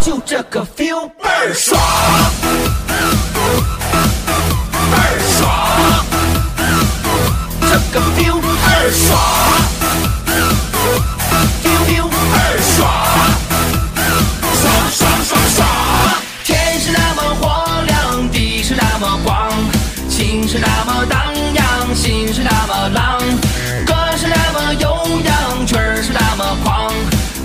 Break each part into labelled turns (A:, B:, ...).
A: 就这个 feel 倍儿爽，倍儿爽，这个 feel 倍儿爽，feel feel 倍儿爽，爽爽爽爽。天是那么荒凉，地是那么广，情是那么荡漾，心是那么浪，歌是那么悠扬，曲儿是那么狂，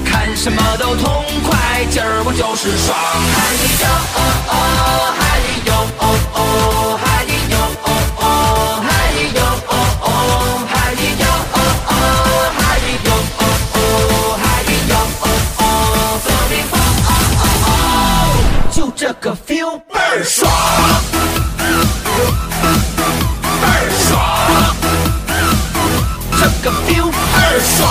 A: 看什么都痛快，今儿我就是爽。嗨哟哦哦，嗨哟哦哦，嗨哟哦哦，嗨哟哦哦，嗨哟哦哦，嗨哟哦哦，嗨哟哦哦，走你吧。就这个 feel 倍儿爽，倍儿爽，这个 feel 倍儿爽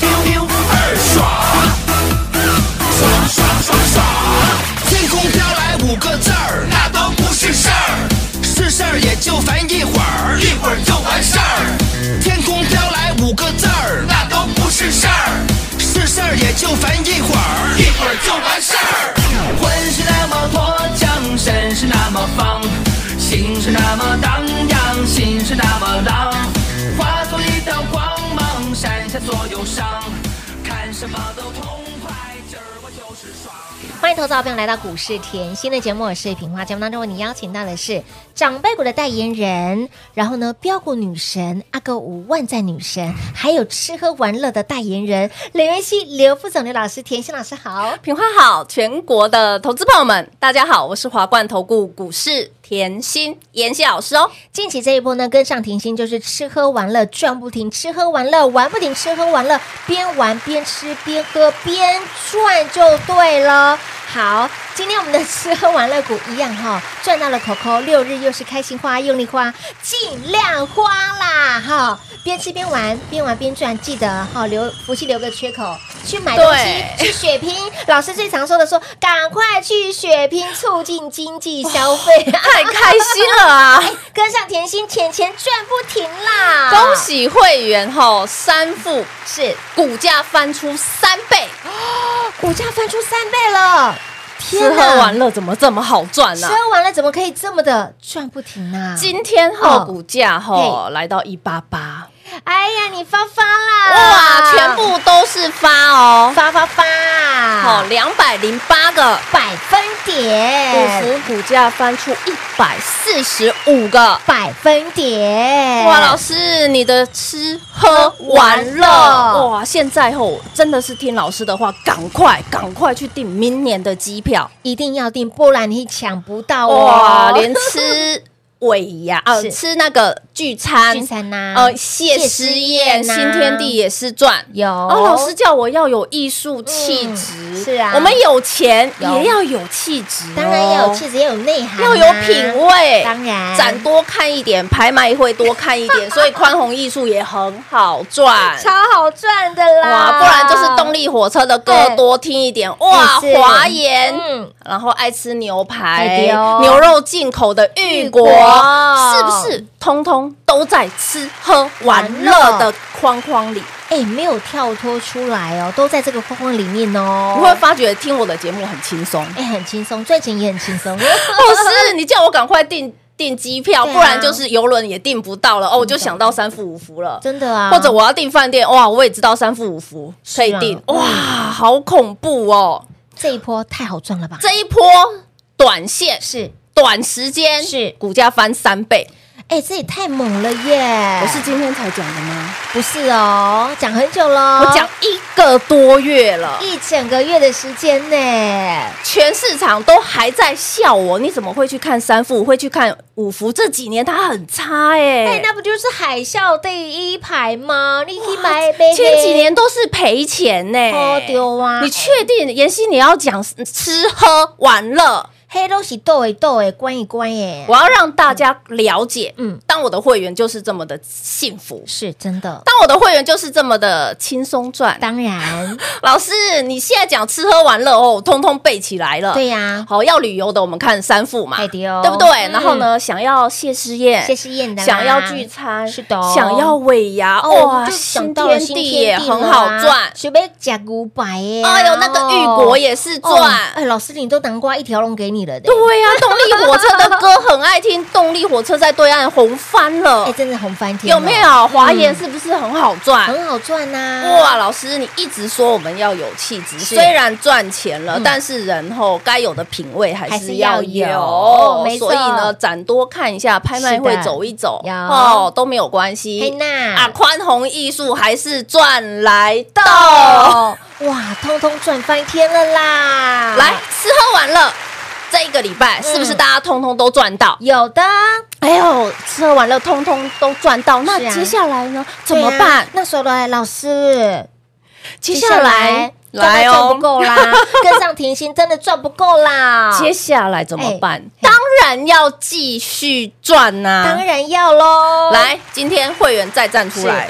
A: ，feel feel 倍儿爽，爽爽爽爽。天空飘来五个字儿，那都不是事儿，是事儿也就烦一会儿，一会儿就完事儿。天空飘来五个字儿，那都不是事儿。是事儿也就烦一会儿，一会儿就完事儿。魂是那么脱缰，身是那么放，心是那么荡漾，心是那么浪，化作一道光芒，闪下所有伤，看什么都痛快，今儿我就是爽。
B: 欢迎投资好朋友来到股市甜心的节目，我是平花。节目当中为你邀请到的是长辈股的代言人，然后呢，标股女神阿哥五万赞女神，还有吃喝玩乐的代言人刘元熙、刘副总、刘老师、甜心老师好。
C: 品花好，全国的投资朋友们，大家好，我是华冠投顾股市甜心妍希老师哦。
B: 近期这一波呢，跟上甜心就是吃喝玩乐赚不停，吃喝玩乐玩不停，吃喝玩乐边玩边吃边喝边赚就对了。好，今天我们的吃喝玩乐股一样哈、赚到了口口，六日又是开心花、用力花、尽量花啦哈、边吃边玩，边玩边赚，记得哈、留福气留个缺口，去买东西
C: 对，
B: 去血拼。老师最常说的说，赶快去血拼，促进经济消费。
C: 太开心了 啊！
B: 跟上甜心，钱钱赚不停啦！
C: 恭喜会员吼，三富
B: 是
C: 股价翻出三倍，
B: 股价翻出三倍了，
C: 吃喝玩乐怎么这么好赚
B: 吃
C: 呢、
B: 喝完了怎么可以这么的赚不停啊？
C: 今天后
B: 哦
C: 股价吼来到一八八，
B: 哎呀，你发发啦！
C: 哇，全部都是发哦，
B: 发发发！
C: 好哦两百零八个
B: 百分
C: 五
B: 点，
C: 十股价翻出一百四十五个，
B: 百分点！
C: 哇，老师，你的吃喝玩乐
B: 玩乐
C: 哇，现在吼真的是听老师的话，赶快赶快去订明年的机票
B: 一定要定，不然你抢不到哦！
C: 哇，连吃尾牙啊，
B: 是
C: 吃那个聚餐
B: 聚。餐呐，
C: 呃，谢师
B: 谢
C: 宴、
B: 师
C: 新
B: 宴啊
C: 天地也是赚，
B: 有
C: 哦，老师叫我要有艺术气质、
B: 嗯是啊
C: 我们有钱
B: 有
C: 也要有气质、哦啊
B: 当然要有气，质，也哦有内涵，啊
C: 要有品。味，
B: 当然
C: 展多看一点，拍卖会多看一 点，所以宽宏艺术也很好赚。
B: 超好赚的啦！
C: 哇，不然就是动力火车的歌
B: 对
C: 多听一点，哇，
B: 也是
C: 华研，
B: 嗯
C: 然后爱吃牛
B: 哎
C: 排
B: 对哦，
C: 牛肉进口的玉国，
B: 玉国
C: 是不是通通都在吃喝玩乐
B: 玩乐
C: 的框框里？
B: 哎、没有跳脱出来哦，都在这个框框里面哦。
C: 你会发觉听我的节目很轻松，
B: 哎、很轻松，赚钱也很轻松。
C: 不是你叫我赶快订订机票，
B: 对啊
C: 不然就是游轮也订不到了哦，我就想到三伏五福了。
B: 真的啊，啊
C: 或者我要订饭店，哇，我也知道三副五福可以订，哇，好恐怖哦！
B: 这一波太好赚了吧？
C: 这一波短线
B: 是
C: 短时间
B: 是
C: 股价翻三倍，
B: 哎，这也太猛了耶！
C: 我是今天才讲的吗？
B: 不是哦？讲很久了，
C: 啊我讲一个多月了，
B: 一整个月的时间呢。
C: 全市场都还在笑我，你怎么会去看三副，会去看五福？这几年它很差哎、
B: 哎，那不就是海啸第一排吗？你去买呗。
C: 前几年都是赔钱呢、
B: 哦丢啊！
C: 你确定妍希你要讲吃喝玩乐？
B: 黑都是斗一斗哎，关一关耶。
C: 我要让大家了解，
B: 嗯
C: 嗯，当我的会员就是这么的幸福，
B: 是真的，
C: 当我的会员就是这么的轻松赚。
B: 当然，
C: 老师，你现在讲吃喝玩乐哦，我通通背起来了。
B: 对呀。
C: 好，要旅游的我们看三副嘛，
B: 哎对哦
C: 对不对？然后呢，想要谢师宴，
B: 谢师宴的啦，
C: 想要聚餐，
B: 是的哦
C: 想要尾牙，
B: 哦，
C: 哇，
B: 就
C: 新
B: 想到了
C: 天
B: 新
C: 地
B: 天
C: 也
B: 地了
C: 很
B: 啊
C: 好赚。
B: 随便加五百耶。
C: 哎呦，那个玉国也是
B: 哦
C: 赚。
B: 哎，老师，你都南瓜一条龙给你了的。
C: 对呀、动力火车的歌很爱听，动力火车在对岸红翻了
B: 哎，，真的红翻天
C: 有
B: 了，
C: 没有？华研是不是很好赚？
B: 很好赚啊呐？
C: 哇，老师，你一直说我们要有气质，
B: 是
C: 虽然赚钱了，
B: 嗯
C: 但是人后该有的品味还
B: 还是
C: 是
B: 要
C: 要
B: 有
C: 有。哦
B: 没错
C: 所以呢，展多看一下拍卖
B: 是
C: 会
B: 的，
C: 走一走，
B: 有
C: 哦都没有关
B: 嘿
C: 系。啊，
B: 娜，
C: 宽宏艺术还是赚来的。
B: 哦哇，通通赚翻天了啦！
C: 来，吃喝玩乐，这一个礼拜是不是
B: 嗯
C: 大家通通都赚到？
B: 有的，
C: 哎呦，吃喝玩乐通通都赚到，那
B: 是啊
C: 接下来呢？怎
B: 对
C: 么
B: 啊
C: 办？
B: 那说来，老师，
C: 接下来来
B: 赚
C: 哦
B: 不，够 啦，跟上甜心真的赚不够啦。
C: 接下来怎么办？
B: 哎
C: 啊当然要继续赚呐、
B: 当然要喽，，
C: 来，今天会员再站出来，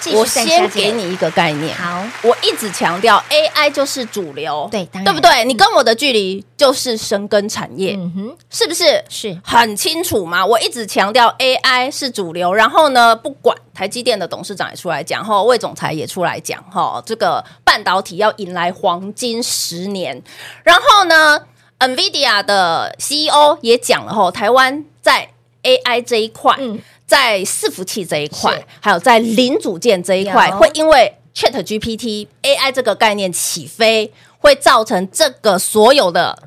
B: 继
C: 我
B: 续站下
C: 先
B: 去
C: 给你一个概念。
B: 好，
C: 我一直强调，AI 就是主流，
B: 对当然
C: 对不对？你跟我的距离就是深耕产业，
B: 嗯哼，
C: 是不是？
B: 是
C: 很清楚嘛，我一直强调 AI 是主流，然后呢，不管台积电的董事长也出来讲哈，魏总裁也出来讲哈，这个半导体要迎来黄金十年，然后呢，NVIDIA 的 CEO 也讲了哈，台湾在 AI 这一块，
B: 嗯
C: 在伺服器这一
B: 是
C: 块，还有在零组件这一块，
B: 有
C: 会因为 Chat GPT AI 这个概念起飞，会造成这个所有的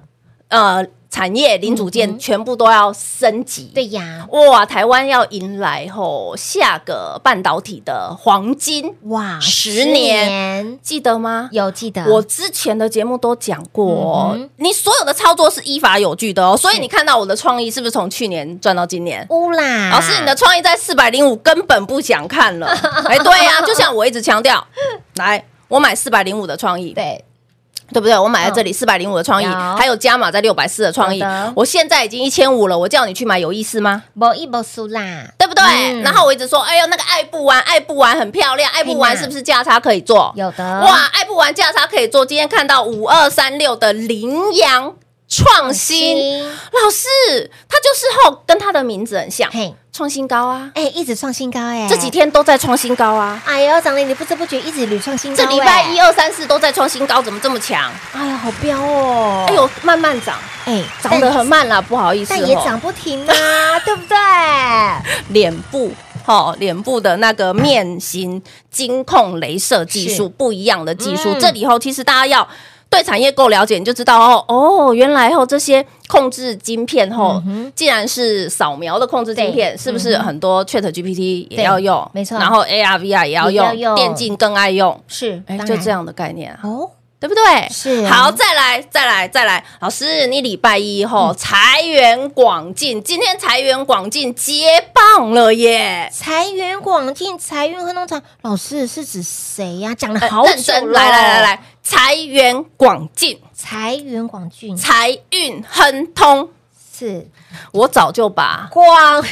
C: 呃产业零组
B: 嗯
C: 件全部都要升级。
B: 对呀，
C: 哇，台湾要迎来吼下个半导体的黄金，
B: 哇，
C: 十年记得吗？
B: 有记得
C: 我之前的节目都讲过、哦
B: 嗯哼
C: 你所有的操作是依法有据的哦，所以你看到我的创意是不是从去年赚到今年？
B: 乌啦，
C: 老师，你的创意在四百零五，根本不想 看了。哎，对呀、就像我一直强调，来，我买四百零五的创意，
B: 对嗯
C: 对不对？我买在这里四百零五的创意，
B: 有
C: 还有加码在六百四的创意
B: 好的，
C: 我现在已经一千五了，我叫你去买有意思吗？
B: 某一某苏啦，
C: 对不对？
B: 嗯
C: 然后我一直说，哎呦，那个爱不完，爱不完很漂亮，爱不
B: 嘿
C: 完
B: 呐
C: 是不是价差可以做？
B: 有的
C: 哇，爱不完价差可以做。今天看到五二三六的羚羊创新，
B: 新
C: 老师，它就是后跟它的名字很像，
B: 嘿，
C: 创新高啊。
B: 哎，一直创新高哎，
C: 这几，天都在创新高啊！
B: 哎呦，长得你不知不觉一直屡创新高，
C: 这礼拜一、，二、哦三、四都在创新高，怎么这么强？
B: 哎呀，好飙哦，
C: 哎呦，慢慢涨，
B: 哎，
C: 涨得很慢啦，不好意思、哦，
B: 但，但也涨不停啊，对不对？
C: 脸部。哦，脸部的那个面型精控镭射技术
B: 是
C: 不一样的技术，
B: 嗯
C: 这里后其实大家要对产业够了解，你就知道哦哦，原来哦这些控制晶片哦，
B: 嗯哼
C: 既然是扫描的控制晶片，
B: 对嗯
C: 是不是很多 Chat GPT 也
B: 对
C: 要用？
B: 没错
C: 然后 AR VR 也要
B: 也
C: 用，
B: 要用
C: 电竞更爱用，
B: 是，
C: 哎，
B: 当
C: 就
B: 然
C: 这样的概念啊。
B: 哦，
C: 对不对？
B: 是啊
C: 好，再来，再来，再来。老师，你礼拜一
B: 嗯
C: 吼财源广进，今天财源广进接棒了耶！
B: 财源广进，财运亨通常老师是指谁呀、讲了
C: 呃
B: 好
C: 认
B: 久了，
C: 真，来来来，来，财源广进，
B: 财源广进
C: 财运亨通。
B: 是
C: 我早就把，
B: 广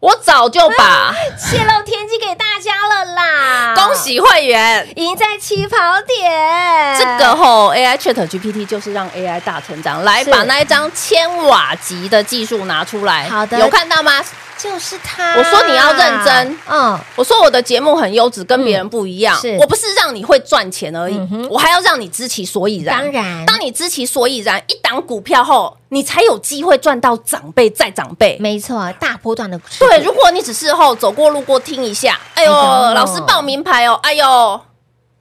C: 我早就把，
B: 泄露天机给大家了啦！
C: 恭，喜会员。
B: 赢在起跑点。
C: 这个吼 AI Chat GPT 就是让 AI 大成长，来
B: 是
C: 把那一张千瓦级的技术拿出来。
B: 好的
C: 有看到吗？
B: 就是他。
C: 我说你要认真，
B: 嗯，
C: 我说我的节目很优质，跟别人不一样
B: 嗯、是
C: 我不是让你会赚钱而已、
B: 嗯哼
C: 我还要让你知其所以然。
B: 当然
C: 当你知其所以然，一档股票后，你才有机会赚到长辈再长辈。
B: 没错，大波段的
C: 对，如果你只是后走过路过听一下，哎呦，
B: 哎呦
C: 老师报名牌哦，哎呦，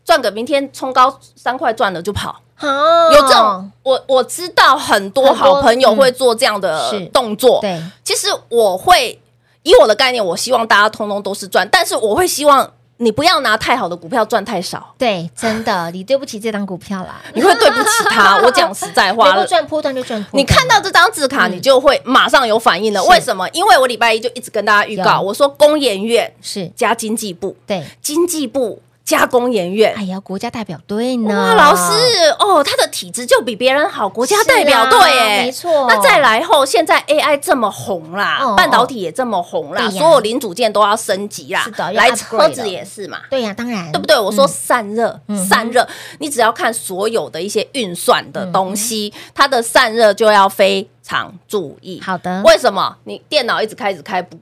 C: 赚个明天冲高三块赚了就跑。
B: 好、
C: 有这种，我我知道很
B: 嗯
C: 多
B: 很多
C: 好朋友
B: 嗯
C: 会做这样的
B: 是
C: 动作。
B: 对
C: 其实我会以我的概念，我希望大家通通都是赚，但是我会希望你不要拿太好的股票赚太少，
B: 对，真的，你对不起这张股票啦，
C: 你会对不起他。 我讲实在话
B: 能够，赚波段就赚波段，
C: 你看到这张字卡，你就会马上有反应了。
B: 是
C: 为什么？因为我礼拜一就一直跟大家预告，
B: 有
C: 我说工研院
B: 是
C: 加经济部，
B: 对，
C: 经济部加工研院
B: 哎。呀，国家代表队呢？
C: 哇，老师哦，他的体质就比别人好，国家代表队
B: 是啊
C: 哎，
B: 没错
C: 那再来后，现在 AI 这么红啦，
B: 哦
C: 半导体也这么红啦，
B: 对呀
C: 所有零组件都要升级啦，
B: 是的要
C: 来
B: upgrade
C: 车子也是嘛。
B: 对呀，当然，
C: 对不对？我说
B: 嗯
C: 散热，
B: 嗯
C: 散热，你只要看所有的一些运算的东
B: 嗯
C: 西，它的散热就要非常注意。
B: 好的
C: 为什么？你电脑一直开一直开不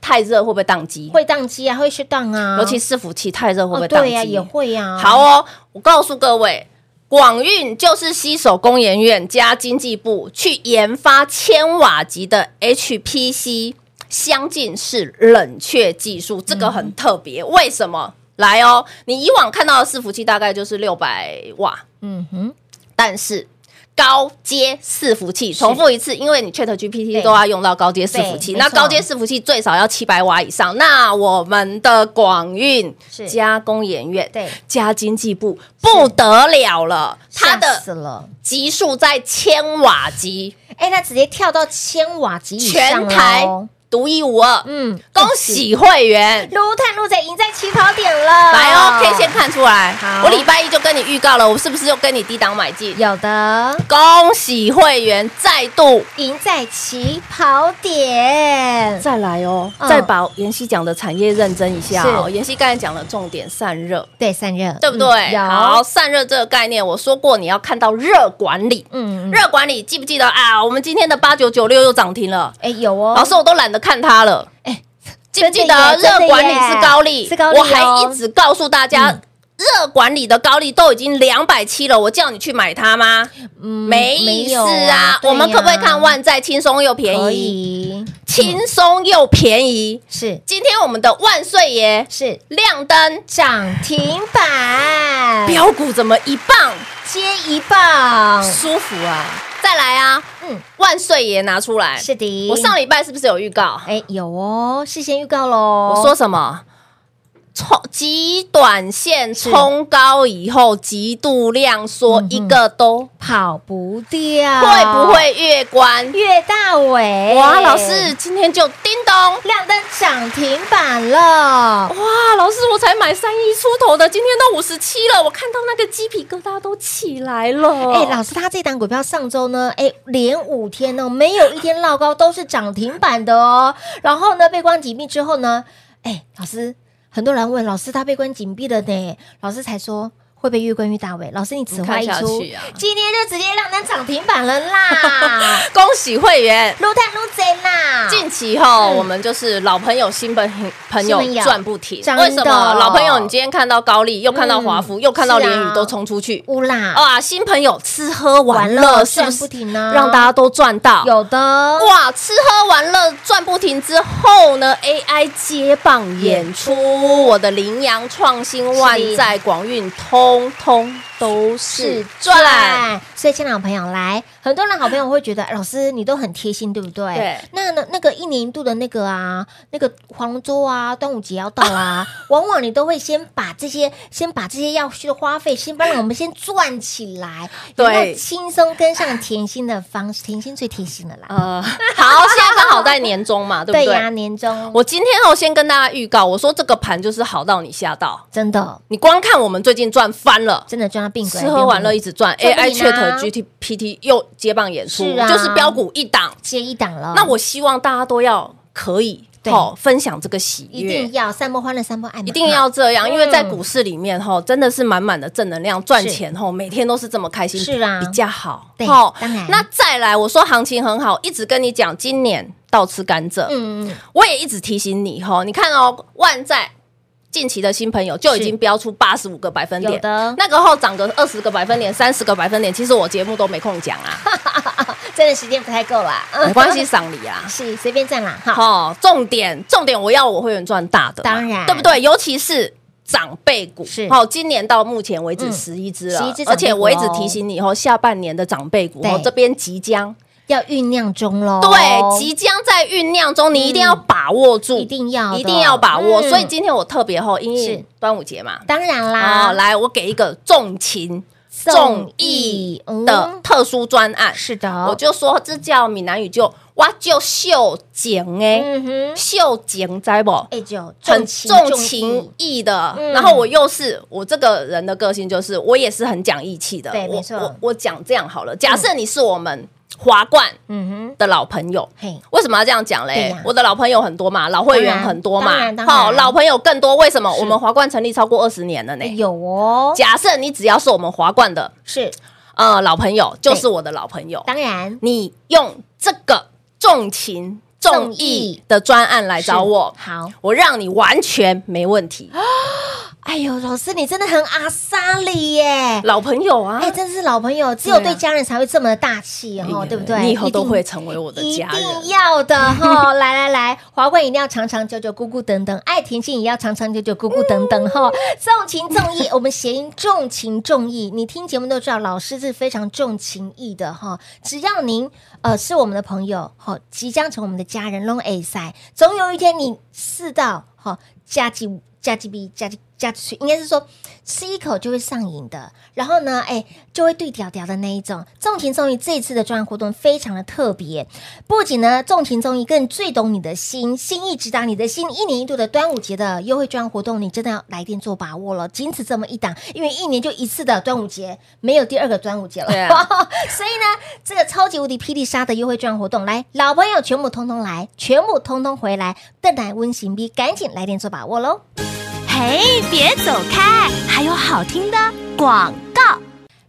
C: 太热会不会宕机？
B: 会宕机啊，会失当啊，
C: 哦尤其伺服器太热会不
B: 哦，
C: 会宕机？
B: 对呀，也会啊呀。
C: 好，哦，我告诉各位，广运就是携手工研院加经济部去研发千瓦级的 HPC 相近式冷却技术，这个很特别。为什么？来哦，你以往看到的伺服器大概就是六百瓦，
B: 嗯哼，
C: 但是。高阶伺服器，重复一次，因为你 Chat
B: 对
C: GPT 都要用到高阶伺服器，
B: 对
C: 那
B: 没错
C: 高阶伺服器最少要七百瓦以上。那我们的广运
B: 是
C: 加工研院，
B: 对，
C: 加经济部不得了了，它
B: 吓
C: 的
B: 死了，
C: 级数在千瓦级，
B: 哎，他直接跳到千瓦级以上
C: 全台
B: 喽
C: 独一无二。
B: 嗯，
C: 恭喜会员！
B: 撸碳撸仔赢在起跑点了，
C: 来哦，K 线看出来
B: 好，
C: 我礼拜一就跟你预告了，我是不是又跟你低档买进？
B: 有的
C: 恭喜会员再度
B: 赢在起跑点，
C: 再来哦
B: 嗯
C: 再把妍希讲的产业认真一下哦。
B: 是
C: 妍希刚才讲了重点散热，
B: 对散热，
C: 对不
B: 嗯
C: 对？
B: 有，
C: 好，散热这个概念，我说过你要看到热管理，
B: 嗯，嗯
C: 热管理记不记得啊？我们今天的八九九六又涨停了。
B: 哎有哦，
C: 老师，我都懒得看它了。
B: 哎
C: 哎，记不记
B: 真的
C: 得
B: 耶真的
C: 热管理
B: 耶
C: 是高利？
B: 是高利哦
C: 我还一直告诉大家
B: 嗯，
C: 热管理的高利都已经两百七了，我叫你去买它吗？
B: 嗯
C: 没意思
B: 有
C: 啊！
B: 对
C: 我们可不可以
B: 呀
C: 看万载轻松又
B: 可
C: 便宜？
B: 以嗯
C: 轻松又便宜。
B: 是
C: 今天我们的万岁爷
B: 是
C: 亮灯
B: 涨停板，
C: 标股怎么一棒
B: 接一棒，
C: 舒服啊？再来啊，
B: 嗯，
C: 万岁爷拿出来。
B: 是的，
C: 哎我上礼拜是不是有预告？
B: 哎有哦，事先预告喽，
C: 我说什么？冲极短线冲高以后，极度量缩，
B: 嗯哼啊
C: 一个都
B: 跑不掉，
C: 会不会越关？
B: 岳大伟？
C: 哇，老师今天就叮咚！
B: 亮灯涨停板了，
C: 哇，老师我才买三一出头的，今天都五十七了，我看到那个鸡皮疙瘩都起来了。
B: 哎，老师，他这档股票上周呢，哎，连五天哦，没有一天落高，都是涨停板的哦。然后呢，被关紧闭之后呢，哎，老师，很多人问老师，他被关紧闭了呢，老师才说。会被越关越大尾，老师你此话一
C: 你看下
B: 出，
C: 去啊
B: 今天就直接亮灯涨停板了 啦，
C: 恭喜会员！
B: 撸碳撸贼啦，
C: 近期哈，
B: 嗯
C: 我们就是老朋友、新朋朋友
B: 新朋友
C: 赚不停。
B: 真的
C: 为什么老朋友？你今天看到高丽，又看到华孚，又看到
B: 是啊
C: 联宇，都冲出去。
B: 乌啦，
C: 哇，新朋友吃喝玩
B: 啊玩乐
C: 哦乐是不
B: 赚
C: 是
B: 不停呢
C: 让大哦家都赚到？
B: 有的哦
C: 哇，吃喝玩乐赚不停之后呢，AI 接棒演出，我的羚羊创新、万载广运，通通都是赚。。
B: 所以，亲爱的朋友，来，很多人好朋友会觉得，哎老师你都很贴心，对不对？
C: 对
B: 那呢，那个一年一度的那个啊，那个黄龙周啊，端午节要到啦、 往往你都会先把这些，先把这些要去的花费，先帮我们先赚起来，有没有
C: 对
B: 轻松跟上甜心的方式，甜心最贴心的啦。
C: 呃，好，现在刚好在年终嘛，对不
B: 呀、
C: 对？
B: 年终
C: 我今天哦，先跟大家预告，我说这个盘就是好到你吓到，
B: 真的
C: 你光看我们最近赚翻了。
B: 真的赚到病鬼，
C: 吃喝玩乐一直赚
B: 赚不
C: ，AI
B: 停
C: Chat
B: 啊
C: GPT 又接棒演出，
B: 是啊
C: 就是标股一档。
B: 接一档了。
C: 那我希望大家都要可以
B: 对
C: 哦，分享这个喜
B: 一
C: 悦
B: 定。要散播欢乐，散播爱嘛，
C: 一定要这样，
B: 嗯
C: 因为在股市里面哈，真的是满满的正能量，赚钱哈，每天都是这么开心，
B: 是啊
C: 比较好。
B: 对
C: 齁
B: 当然
C: 那再来，我说行情很好，一直跟你讲，今年倒吃甘蔗，
B: 嗯，嗯
C: 我也一直提醒你哈，你看哦，万载近期的新朋友就已经标出八十五个百分
B: 有
C: 点，
B: 的
C: 那个后涨个二十个百分点、三十个百分点，其实我节目都没空 讲啊，
B: 真的时间不太够啦，
C: 没关系，赏你啊。
B: 是随便占啦，哈，
C: 哦，重点重点，我要我会员赚大的嘛，
B: 当然
C: 对不对？尤其是长辈股，
B: 是
C: 好、今年到目前为
B: 嗯
C: 止十一只了，
B: 11只长辈股哦
C: 而且我一直提醒你，哦，下半年的长辈股，
B: 对哦
C: 哦，这边即将、
B: 要酝酿中喽。
C: 对，即将在酝酿中，你一定要把把握住，
B: 一定要的
C: 一定要把握。
B: 嗯
C: 所以今天我特别吼，因
B: 是
C: 为端午节嘛，
B: 当然
C: 啊，
B: 啦，
C: 来，我给一个重情
B: 重
C: 重
B: 义
C: 义
B: 嗯
C: 的特殊专案。
B: 是的，
C: 我就说这叫闽南语就哇就秀景哎，
B: 嗯哼，
C: 秀景在不？
B: 哎就
C: 很重
B: 义
C: 情义的
B: 嗯，
C: 然后我又是我这个人的个性就是我也是很讲义气的。
B: 对
C: 我
B: 没错
C: 我我讲这样好了，假设你是我们华冠
B: 嗯
C: 的老朋友，
B: 哼，嘿，
C: 为什么要这样讲
B: 对
C: 嘞
B: 呀？
C: 我的老朋友很多嘛，老会员很多嘛
B: 当然当，然
C: 好，老朋友更多。为什么
B: 是
C: 我们华冠成立超过二十年了呢？
B: 有哦，
C: 假设你只要是我们华冠的
B: 是
C: 呃老朋友，
B: 对
C: 就是我的老朋友，
B: 当然
C: 你用这个重情重义的专案来找我，
B: 是好，
C: 我让你完全没问题，
B: 哎呦，老师你真的很阿莎莉耶。
C: 老朋友啊
B: 哎，，真是老朋友，只有对啊家人才会这么大气
C: 哎
B: 哦，
C: 呀
B: 对不对？
C: 你以后都
B: 一定
C: 会成为我的
B: 一
C: 家
B: 定
C: 人。
B: 要的哈！ 来来来，华冠一定要长长久久、咕咕等等，爱婷心也要长长久久、咕咕等等哈！重情重义，我们谐音重情重义，你听节目都知道，老师是非常重情义的哈。只要您呃是我们的朋友，好，即将成我们的家人，long a 赛，总有一天你试到好加几加几币加几加几去，应该是说吃一口就会上瘾的。然后呢，哎，就会对屌屌的那一种。重情重义这一次的专案活动非常的特别，不仅呢重情重义，更最懂你的心，心意直达你的心。一年一度的端午节的优惠专案活动，你真的要来电做把握了。仅此这么一档，因为一年就一次的端午节，没有第二个端午节了。
C: 对啊
B: 所以呢，这个超级无敌霹雳沙的优惠券活动，来，老朋友全部通通来，全部通通回来，更来温馨逼，赶紧来电做把握喽！
D: 嘿，别走开，还有好听的广告。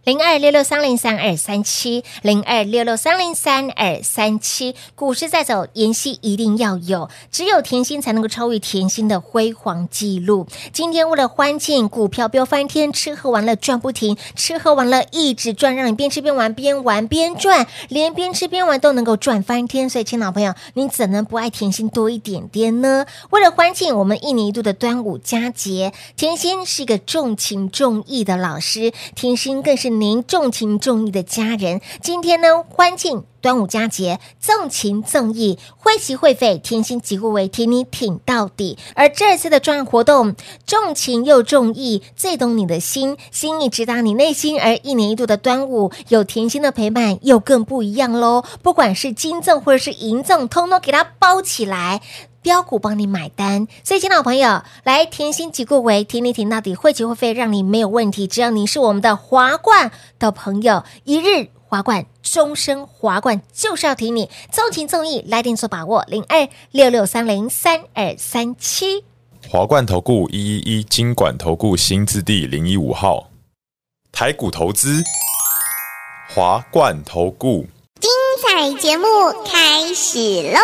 B: 零二六六三零三二三七，零二六六三零三二三七。股市在走，妍希一定要有，只有甜心才能够超越甜心的辉煌记录。今天为了欢庆，股票飙翻天，吃喝玩乐赚不停，吃喝玩乐一直赚，让你边吃边玩，边玩边赚，连边吃边玩都能够赚翻天。所以，亲老朋友，你怎能不爱甜心多一点点呢？为了欢庆我们一年一度的端午佳节，甜心是一个重情重义的老师，甜心更是您重情重义的家人。今天呢，欢庆。端午佳节，纵情纵义，会齐会费，甜心即乎为挺你挺到底。而这次的专案活动，重情又重义，最懂你的心，心意直达你内心。而一年一度的端午，有甜心的陪伴，又更不一样喽。不管是金赠或者是银赠，通通给它包起来。标股帮你买单，所以，亲老朋友，来甜心即顾为甜你甜到底，会齐会费，让你没有问题。只要您是我们的华冠的朋友，一日华冠，终身华冠，就是要挺你，纵情纵义，来电做把握，零二六六三零三二三七。
E: 华冠投顾一一一金管投顾新字第零一五号，台股投资，华冠投顾。
F: 彩节目开始喽！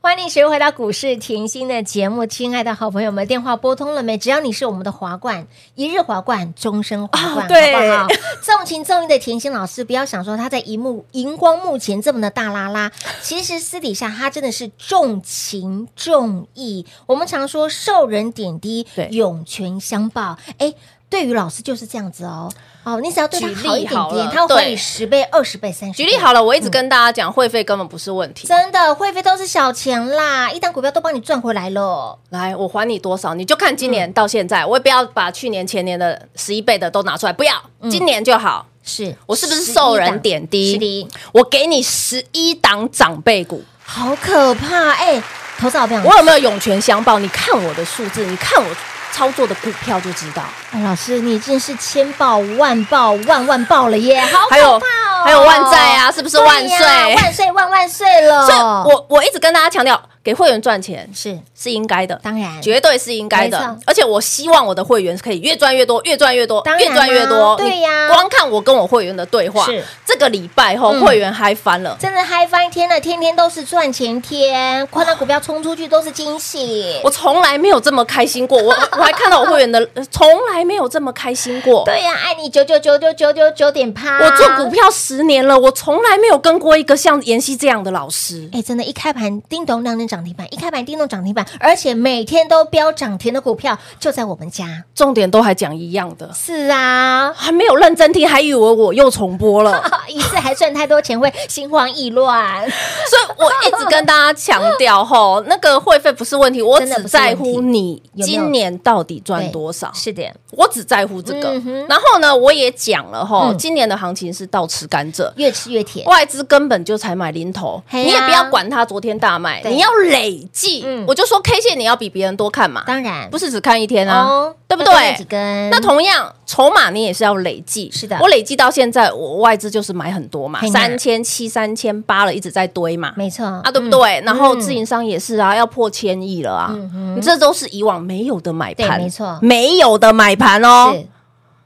B: 欢迎随回到股市甜心的节目，亲爱的好朋友们，电话拨通了没？只要你是我们的华冠，一日华冠，终身华冠，
C: 哦对
B: 好不 好？重情重义的甜心老师，不要想说他在荧幕荧光幕前这么的大拉 拉，其实私底下他真的是重情重义。我们常说受人点滴
C: 对，
B: 涌泉相报，哎。对于老师就是这样子哦，哦，你只要对他
C: 举例
B: 好一点
C: 好
B: 点，
C: 了
B: 他会回
C: 对
B: 你十倍、二十倍、三十。
C: 举例好了，我
B: 嗯
C: 一直跟大家讲，会费根本不是问题。
B: 真的，会费都是小钱啦，一档股票都帮你赚回来了。
C: 来，我还你多少，你就看
B: 嗯
C: 今年到现在，我也不要把去年、前年的十一倍的都拿出来，不要，
B: 嗯
C: 今年就好。
B: 是
C: 我是不是受人点滴？
B: 是的，
C: 我给你十一档长辈股，
B: 好可怕！哎、投资好朋友，
C: 我有没有涌泉相报？你看我的数字，你看我操作的股票就知道。
B: 哎老师，你已经是千报、万报、万万报了耶！好
C: 还有
B: 可怕哦，
C: 还有万载啊，是不是万
B: 对呀
C: 岁？
B: 万哦岁万万岁了！
C: 所以我我一直跟大家强调，给会员赚钱
B: 是
C: 是应该的。
B: 当然
C: 绝对是应
B: 嗯
C: 该
B: 没错
C: 的，而且我希望我的会员可以越赚越多，越赚越多
B: 当，然啊
C: 越赚越多。
B: 对呀
C: 你光看我跟我会员的对话
B: 是，
C: 这个礼拜后
B: 嗯
C: 会员嗨翻了。
B: 真的嗨翻天了，天天都是赚钱天，看到股票冲出去都是惊喜。
C: 我从来没有这么开心 过，我我还看到我会员的，呃从来没有这么开心过。
B: 对啊呀、爱你九九九九九九九点八，
C: 我做股票十年了，我从来没有跟过一个像妍希这样的老师。
B: 哎，真的，一开盘叮咚亮灯涨停板，一开盘叮咚涨停板，而且每天都飙涨停的股票就在我们家。
C: 重点都还讲一样的，
B: 是啊，
C: 还没有认真听，还以为我又重播了。
B: 一次还赚太多钱会心慌意乱。
C: 所以我一直跟大家强调，吼，那个会费不是问题，我
B: 真的
C: 只
B: 不是
C: 在
B: 问题
C: 乎你
B: 有没有
C: 今年到底赚多少，
B: 是的，
C: 我只在乎这个
B: 嗯哼。
C: 然后呢，我也讲了，吼，
B: 嗯
C: 今年的行情是倒吃甘蔗。
B: 越吃越甜。
C: 外资根本就才买零头，
B: 嘿呀
C: 你也不要管它昨天大卖，
B: 对
C: 你要累计
B: 嗯。
C: 我就说 K 线你要比别人多看嘛，
B: 当然
C: 不是只看一天啊
B: 哦，，
C: 对不
B: 那多练几
C: 对？
B: 根，
C: 那同样，筹码你也是要累计。
B: 是的
C: 我累计到现在，我外资就是买很多嘛
B: 嘿，呐
C: 三千七、三千八了，一直在堆嘛。
B: 没错
C: 啊，对不
B: 嗯
C: 对？然后
B: 嗯
C: 自营商也是啊，要破千亿了啊
B: 嗯！哼
C: 你这都是以往没有的买盘，
B: 对没错
C: 没有的买盘哦。
B: 是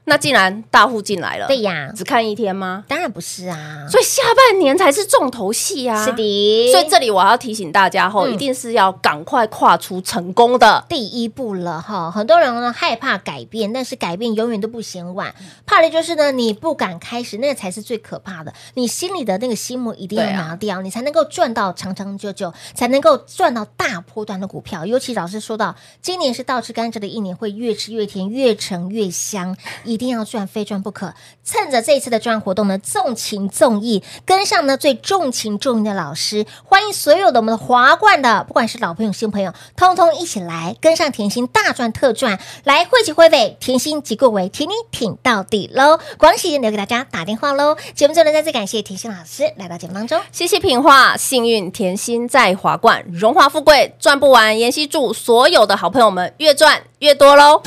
C: 那既然大户进来了，
B: 对呀
C: 只看一天吗？
B: 当然不是啊，
C: 所以下半年才是重头戏啊！
B: 是。的，
C: 所以这里我要提醒大家吼，
B: 嗯
C: 一定是要赶快跨出成功的。
B: 第一步了哈。很多人呢害怕改变，但是改变永远都不嫌晚，
C: 嗯
B: 怕的就是呢你不敢开始，那才是最可怕的。你心里的那个心魔一定要
C: 对啊
B: 拿掉，你才能够赚到长长久久，才能够赚到大波段的股票。尤其老师说到，今年是倒吃甘蔗的一年，会越吃越甜，越沉越香， 一定要赚，非赚不可。趁着这一次的专案活动呢，纵情纵意，跟上呢最重情重义的老师，欢迎所有的我们的华冠的，不管是老朋友新朋友，通通一起来跟上甜心大赚特赚，来汇集汇北，甜心即过为，挺你挺到底喽！广喜留给大家打电话喽。节目最后呢，再次感谢甜心老师来到节目当中。
C: 谢谢品画，幸运甜心在华冠，荣华富贵赚不完。妍希祝所有的好朋友们越赚越多喽！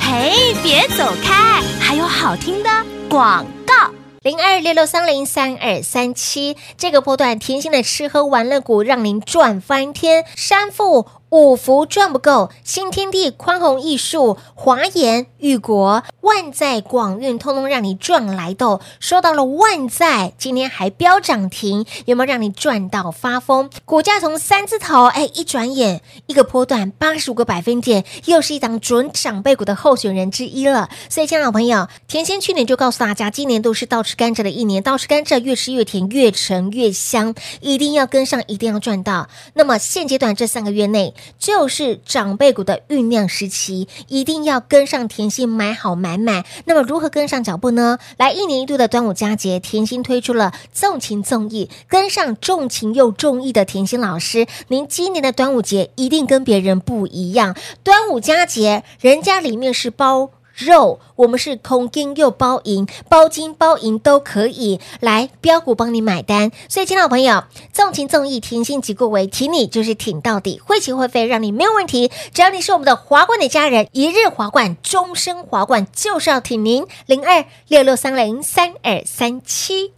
D: 嘿，别走开，还有好听的广告。
B: 零二六六三零三二三七这个波段甜心的吃喝玩乐股，让您赚翻天。山富、五福赚不够，新天地、宽宏艺术、华研、裕国、万载、广运，通通让你赚来豆。说到了万载，今天还飙涨停，有没有让你赚到发疯？股价从三字头，哎，一转眼一个波段八十五个百分点，又是一档准长辈股的候选人之一了。所以，亲爱的好朋友，甜心去年就告诉大家，今年都是倒吃甘蔗的一年，倒吃甘蔗越吃越甜，越沉越香，一定要跟上，一定要赚到。那么现阶段这三个月内，就是长辈股的酝酿时期，一定要跟上甜心买好买满。那么如何跟上脚步呢？来，一年一度的端午佳节，甜心推出了纵情纵义，跟上重情又重义的甜心老师，您今年的端午节一定跟别人不一样。端午佳节，人家里面是包。肉，我们是空金又包银，包金包银都可以来标股帮你买单。所以，亲爱的朋友，纵情纵义，挺心即过为，挺你就是挺到底，会齐会飞，让你没有问题。只要你是我们的华冠的家人，一日华冠，终身华冠，就是要挺您零二六六三零三二三七。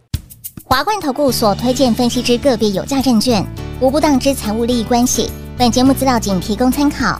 F: 华冠投顾所推荐分析之个别有价证券，无不当之财务利益关系。本节目资料仅提供参考，